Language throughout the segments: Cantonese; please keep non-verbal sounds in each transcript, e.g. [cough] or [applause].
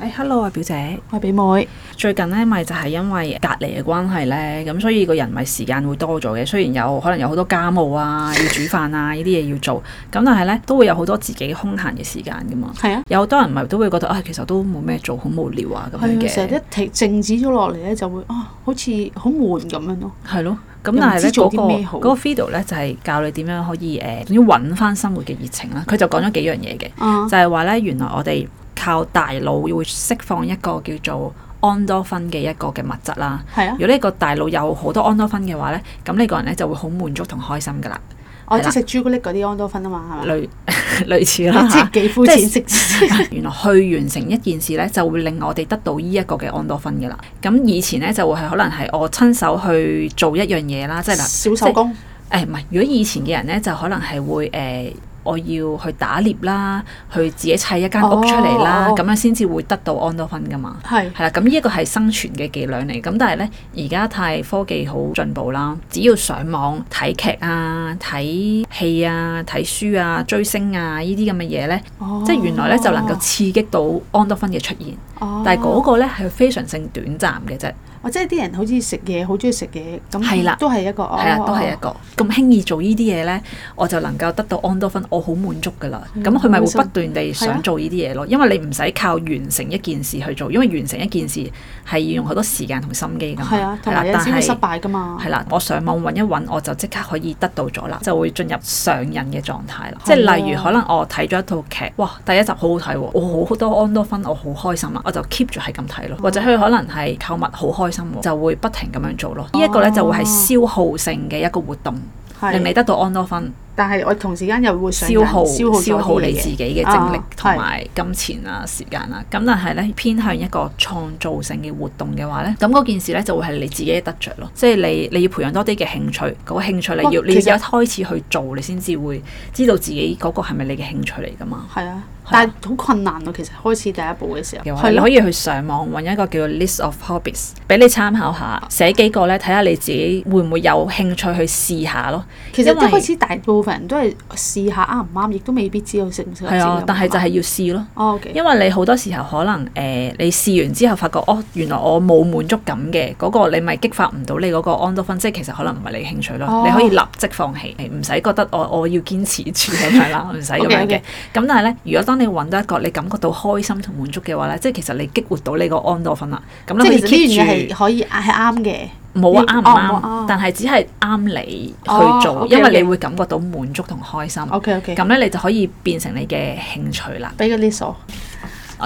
誒、h e l l o 啊，表姐，我係俾妹，最近咧咪就係因為隔離嘅關係咧，咁所以個人咪時間會多咗嘅。雖然有可能有好多家務啊，要煮飯啊， [laughs] 呢啲嘢要做，咁但係咧都會有好多自己空閒嘅時間噶嘛。係啊，有好多人咪都會覺得啊，其實都冇咩做，好無聊啊咁樣係啊，成日嘅，一停靜止咗落嚟咧，就會啊，好似好悶咁樣咯。係咯。咁又唔但係咧知嗰做個啲咩好嗰個 video 咧就係教你點樣可以誒，總之揾翻生活嘅熱情啦。佢就講咗幾樣嘢嘅。啊，就係話咧，原來我哋靠大腦會釋放一個叫做安多芬嘅一個嘅物質啦。係啊如，果呢個大腦有好多安多芬嘅話咧，咁呢個人咧就會好滿足同開心噶啦，我即係食朱古力嗰啲安多芬啊嘛，係咪？類 [laughs] 類似啦嚇即係幾膚淺食。 [laughs] 原來去完成一件事咧，就會令我哋得到呢一個嘅安多芬嘅啦。咁以前咧就會係可能係我親手去做一樣嘢啦，即係嗱，小手工誒唔係，如果以前嘅人咧，就可能係會誒、呃我要去打獵啦，去自己砌一間屋出嚟啦，哦哦咁、樣先至會得到安多芬噶嘛。係係啦，咁呢一個係生存嘅伎倆嚟，咁但係呢，而家太科技好進步啦，只要上網睇劇啊、睇戲啊、睇書啊、追星啊呢啲咁嘅嘢呢，哦即係原來呢就能夠刺激到安多芬嘅出現，哦但係嗰個呢係非常性短暫嘅啫，哦，即係啲人好似食嘢，好中意食嘢，係啦咁都係一個，係啦，哦都係一個咁輕易做呢啲嘢呢，我就能夠得到安多芬，我好滿足㗎啦。咁佢咪會不斷地嗯係啊想做呢啲嘢咯，因為你唔使靠完成一件事去做，因為完成一件事係要用好多時間同心機㗎嘛。係啊，同埋係有啦陣時但會係失敗噶嘛。係啦，我上網揾一揾，我就即刻可以得到咗啦，就會進入上癮嘅狀態啦。即係啊係例如可能我睇咗一套劇，哇，第一集好好睇喎，我好多安多芬，我好開心啊，我就 keep 住係咁睇咯。或者佢可能係購物好開心喎，就會不停咁樣做咯。呢一個呢，就會係消耗性嘅一個活動，哦係令你得到安多芬，但係我同時間又會上癮消耗消耗咗消耗啲嘢啊你自己嘅精力同埋金錢啊、時間啊。咁但係呢，偏向一個創造性嘅活動嘅話呢，咁嗰件事呢就會係你自己得着咯。即係你你要培養多啲嘅興趣，嗰、個興趣你哇要你哦其實要一開始去做，你先至會知道自己嗰個係咪你嘅興趣嚟噶嘛。係啊，但係好困難咯。其實開始第一步嘅時候，嘅話，你可以去上網揾一個叫做 list of hobbies，俾你參考下，寫幾個呢，睇下你自己會唔會有興趣去試下咯。其實因為一開始大部分人都係試下啱唔啱，亦都未必知道適唔適合自己係啊，但係就係係要試咯。哦，OK，因為你好多時候可能誒、呃你試完之後發覺哦，原來我冇滿足感嘅嗰、個，你咪激發唔到你嗰個安多芬，即係其實可能唔係你興趣咯，哦你可以立即放棄，唔使覺得我我要堅持住咁樣啦，唔使咁樣嘅。咁 OK，OK 但係咧，如果當你揾到一個你感覺到開心同滿足嘅話咧，即係其實你激活到你個安多芬啦，咁即你係可以其實呢樣嘢 keep 係住。可以係啱嘅，冇啊啱唔哦冇啱啊，但係只係啱你去哦做， OK，OK 因為你會感覺到滿足同開心。 OK OK，咁咧你就可以變成你嘅興趣啦。俾個 list 我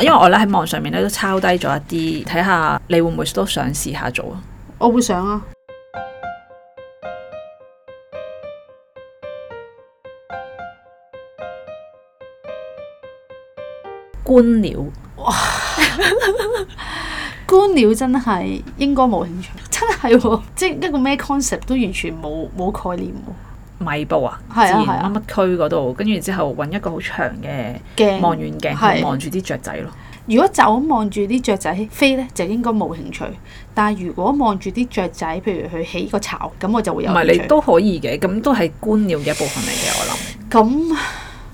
因為我咧喺網上面咧都抄低咗一啲，睇下你會唔會都想試下做啊？我會想啊，觀鳥觀鳥真係應該冇興趣，真係喎，即係一個咩 concept 都完全冇冇概念米埔啊，自係啊然係啊乜乜區嗰度，跟住之後揾一個好長嘅喎望嘅。遠鏡係去望住啲雀仔咯。如果就咁望住啲雀仔飛咧，就應該冇興趣。但係如果望住啲雀仔，譬如佢起個巢，咁我就會唔有係你興趣。都可以嘅，咁都係觀鳥嘅一部分嚟嘅。我諗，咁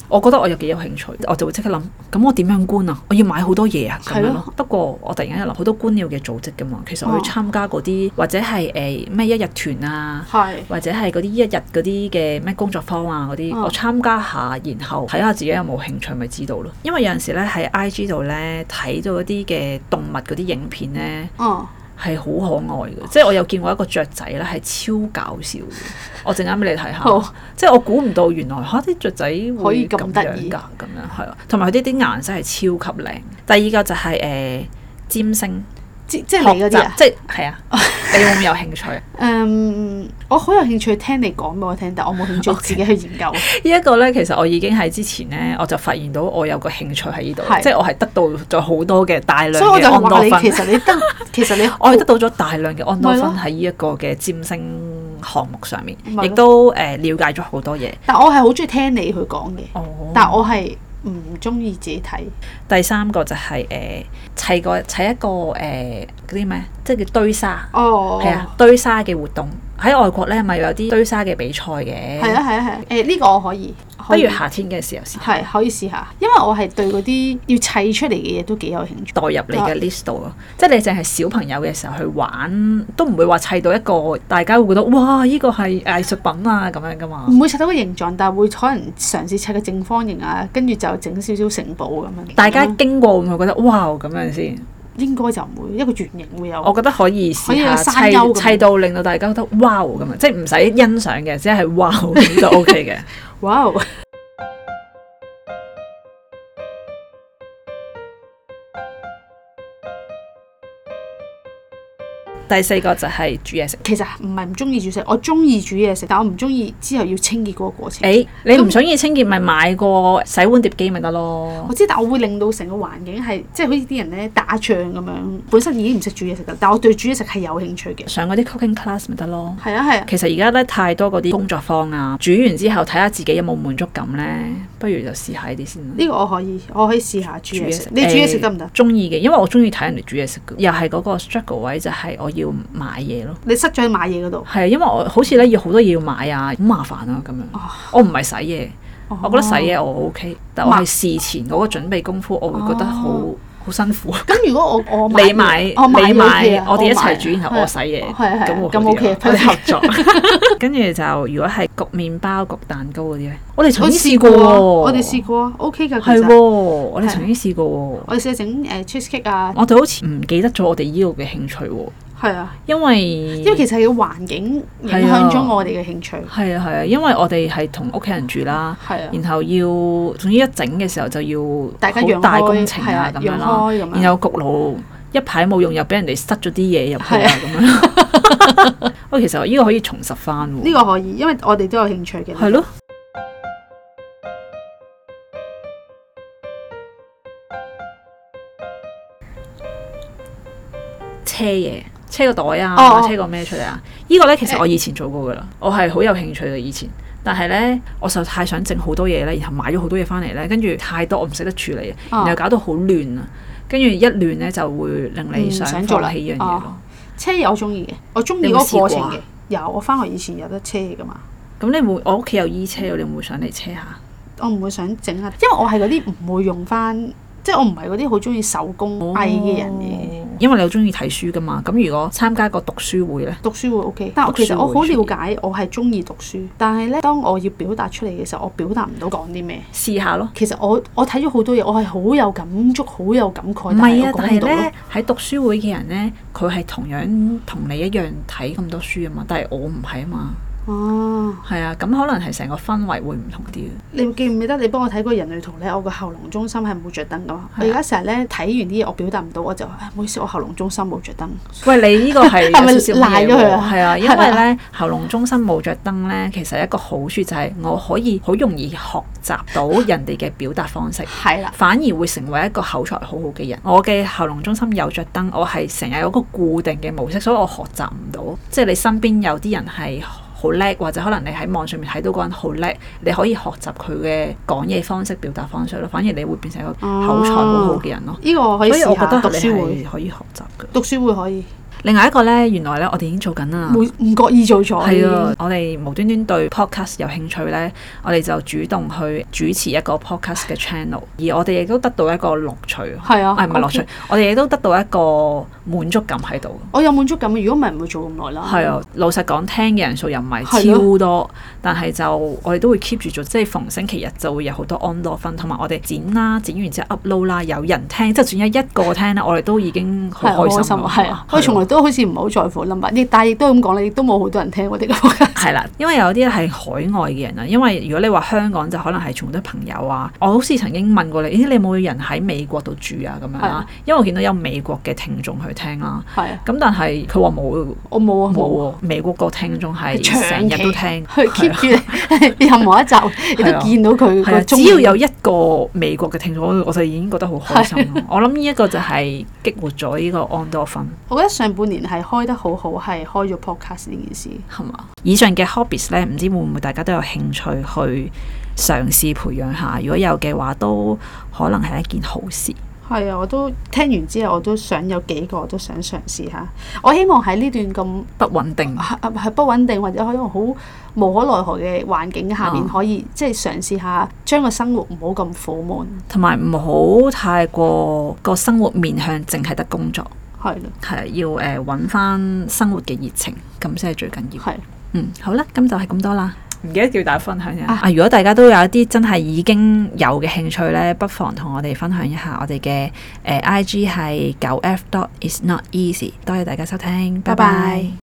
我覺得我有幾有興趣，我就會即刻諗，咁我點樣觀啊？我要買好多嘢啊，咁樣係咯咯。不過我突然間又諗，好多觀鳥嘅組織噶嘛，其實我哦去參加嗰啲或者係誒咩一日團啊。係或者係嗰啲一日嗰啲嘅咩工作坊啊嗰啲，嗯我參加下，然後睇下自己有冇興趣，咪知道咯。因為有陣時咧喺 IG 度咧睇到一啲嘅動物嗰啲影片咧嗯，係好可愛嘅，即係我有見過一個雀仔咧係超搞笑嘅，我陣間俾你睇下好。即係我估唔到原來嚇啲雀仔會可以咁咁得樣意㗎，咁樣係啊，同埋佢啲啲顏色係超級靚。第二個就係、誒、尖星即即係你嗰啲啊學習。即係係 [laughs] 啊，你會唔會有興趣啊？嗯，我好有興趣聽你講俾我聽，但我冇興趣自己去研究。呢一個咧，其實我已經喺之前咧，我就發現到我有個興趣喺呢度，係即係我係得到咗好多嘅大量所以我嘅就安多話你芬其，實你得， [laughs] 其實你我係得到咗大量嘅安多芬咪咯喺呢一個嘅占星項目上面，咪咯亦都誒、呃了解咗好多嘢。但我係好中意聽你去講嘅，哦但我係唔中意自己睇。第三個就係、誒砌個砌一個誒嗰啲咩，即係叫堆沙，哦，係、啊，堆沙嘅活動喺外國咧咪有啲堆沙嘅比賽嘅，係啊，係啊，係啊。誒呢個我可以，不啊可以如夏天嘅時候先係可以試下，因為我係對嗰啲要砌出嚟嘅嘢都幾有興趣。代入你啊嘅 list 度咯，即係你淨係小朋友嘅時候去玩，都唔會話砌到一個大家會覺得哇呢個係藝術品啊咁樣噶嘛。唔會砌到個形狀，但係會可能嘗試砌個正方形啊，跟住就整少少城堡咁樣。大家經過會唔會覺得哇咁樣先？應該就唔會一個圓形會有。我覺得可以可以試有下山丘咁砌砌到令到大家覺得哇咁樣，即係唔使欣賞嘅，只係哇咁 [laughs] 就 OK 嘅。哇！哦第四個就係煮嘢食。其實唔係唔中意煮食，我中意煮嘢食，但我唔中意之後要清潔嗰個過程。誒，你唔想要清潔咪買個洗碗碟機咪得咯我？知，但我會令到成個環境係即係好似啲人咧打仗咁樣，本身已經唔識煮嘢食㗎，但我對煮嘢食係有興趣嘅。上嗰啲 cooking class 咪得咯。係啊係啊，其實而家咧太多嗰啲工作坊啊，煮完之後睇下自己有冇滿足感咧，不如就試下呢啲先啦。呢個我可以，我可以試下煮嘢食。你煮嘢食得唔得？中意嘅，因為我中意睇人哋煮嘢食嘅，又係嗰個 struggle 位就係我要買嘢咯。你塞咗去買嘢嗰度。係啊，因為我好似咧要好多嘢要買啊，好麻煩啊咁樣。哦我唔係洗嘢，我覺得洗嘢我 OK，但我係事前嗰個準備功夫，我會覺得好哦好辛苦。咁如果我我你買，我買你買，我哋一買齊煮，然後我洗嘢，係啊係啊咁我咁好啲 OK，啊我哋合 [laughs] 作。跟住就如果係焗麵包、焗蛋糕嗰啲咧，我哋我曾經試試過過啊，喎，我哋試過啊，OK 㗎，其係實喎，我哋曾經試過喎。我哋試下整誒 cheesecake 啊，我哋好似唔記得咗我哋呢個嘅興趣喎，係啊，因為因為其實係個環境影響咗啊我哋嘅興趣，係啊係啊，因為我哋係同屋企人住啦，係啊，然後要總之一整嘅時候就要大家好讓大開工程啊係啊咁樣讓啦開咁，樣然後焗爐一排冇用又俾人哋塞咗啲嘢入去係啊啊咁樣。 [laughs] 喂，其實呢個可以重拾翻喎，呢個可以，因為我哋都有興趣嘅，係咯。車嘢，車個袋啊，哦或者車個咩出嚟啊？呢個呢，其實我以前做過噶啦，我係好有興趣嘅以前。但係呢，我就太想整好多嘢呢，然後買咗好多嘢翻嚟呢，跟住太多我唔識得處理，啊哦然後搞到好亂啊！跟住一亂呢，就會令你唔想嗯想做放啦棄呢樣嘢哦咯。車嘢我中意嘅，我中意你有嗰冇個過程試過啊嘅，有我翻學以前有得車嘢噶嘛，咁你會我屋企有衣車，你會唔會上嚟車下？我唔會想整啊，因為我係嗰啲唔會用翻，即係我唔係嗰啲好中意手工藝嘅人嘅。因為你好中意睇書噶嘛，咁如果參加個讀書會呢，讀書會 OK，但我讀書其會實我好了解，我係中意讀書，但係咧，當我要表達出嚟嘅時候，我表達唔到講啲咩。試下咯。其實我我睇咗好多嘢，我係好有感觸，好有感慨，唔係啊，但但係我講唔係到咯咧。喺讀書會嘅人咧，佢係同樣同你一樣睇咁多書啊嘛，但係我唔係啊嘛，哦，係啊，咁可能係成個氛圍會唔同啲嘅。你記唔記得你幫我睇過人類圖咧？我個喉嚨中心係冇着燈噶嘛。我係啊而家成日咧睇完啲嘢，我表達唔到，我就唉唔好意思，我喉嚨中心冇着燈。喂，你呢個 [laughs] 係係咪有少少賴嘢咗佢喎啊係啊，因為咧喉嚨中心冇着燈咧，其實一個好處就係我可以好容易學習到人哋嘅表達方式。係啦，反而會成為一個口才好好嘅人。我嘅喉嚨中心有着燈，我係成日有一個固定嘅模式，所以我學習唔到。即係你身邊有啲人係好叻，或者可能你喺網上面睇到嗰個人好叻，你可以學習佢嘅講嘢方式、表達方式咯。反而你會變成一個口才好好嘅人咯。呢個我可以哦所以我試覺下得讀你書會，係可以學習嘅。讀書會可以，另外一個呢，原來呢，我哋已經做緊啦。會唔覺意做咗。嗯係啊，，我哋無端端對 podcast 有興趣呢，我哋就主動去主持一個 podcast 嘅 channel，而我哋亦都得到一個樂趣。係啊，啊，唔係樂趣 OK，我哋亦都得到一個滿足感喺度。我有滿足感，如果唔係唔會做咁耐啦。係啊，老實講，聽嘅人數又唔係咯係超多，但係就我哋都會 keep 住做，即係逢星期日就會有好多安多分，同埋我哋剪啦，剪完之後 upload 啦，有人聽，即係剪咗一個聽咧，我哋都已經好係我開心心啦啊，係啊，我係從來都好似唔係好在乎 number，亦但係亦都咁講啦，亦都冇好多人聽我哋嘅 [laughs] podcast 係啊啦，因為有啲係海外嘅人啊，因為如果你話香港就可能係全部都朋友啊，我好似曾經問過你，咦，你有冇人喺美國度住啊咁樣係啊啦，因為我見到有美國嘅聽眾去聽啦，係啊，咁但係佢話冇我冇啊，冇啊，冇喎，美國個聽眾係長期成日都聽，啊去 keep 住 [laughs] 任何一集，亦係都啊見到佢係啊，個只中。要有一個美國嘅聽眾，我我就已經覺得好開心咯。我諗呢一個就係激活咗呢個安多芬，我覺得上半年係開得好好，係開咗 podcast 呢件事。係嘛？以上嘅 hobbies 咧，唔知會唔會大家都有興趣去嘗試培養下？如果有嘅話，都可能係一件好事。係係啊，我都聽完之後，我都想有幾個我都想嘗試下。我希望喺呢段咁不穩定。係係不穩定或者可能好無可奈何嘅環境下面，嗯可以即係嘗試下將個生活唔好咁苦悶。同埋唔好太過個生活面向，淨係得工作，係咯，係要誒揾翻生活嘅熱情，咁先係最緊要。係嗯，好啦，咁就係咁多啦。唔記得叫大家分享嘅啊啊！如果大家都有一啲真係已經有嘅興趣咧，不妨同我哋分享一下我哋嘅誒 I G 係九 F dot is not easy。多謝大家收聽，拜拜拜拜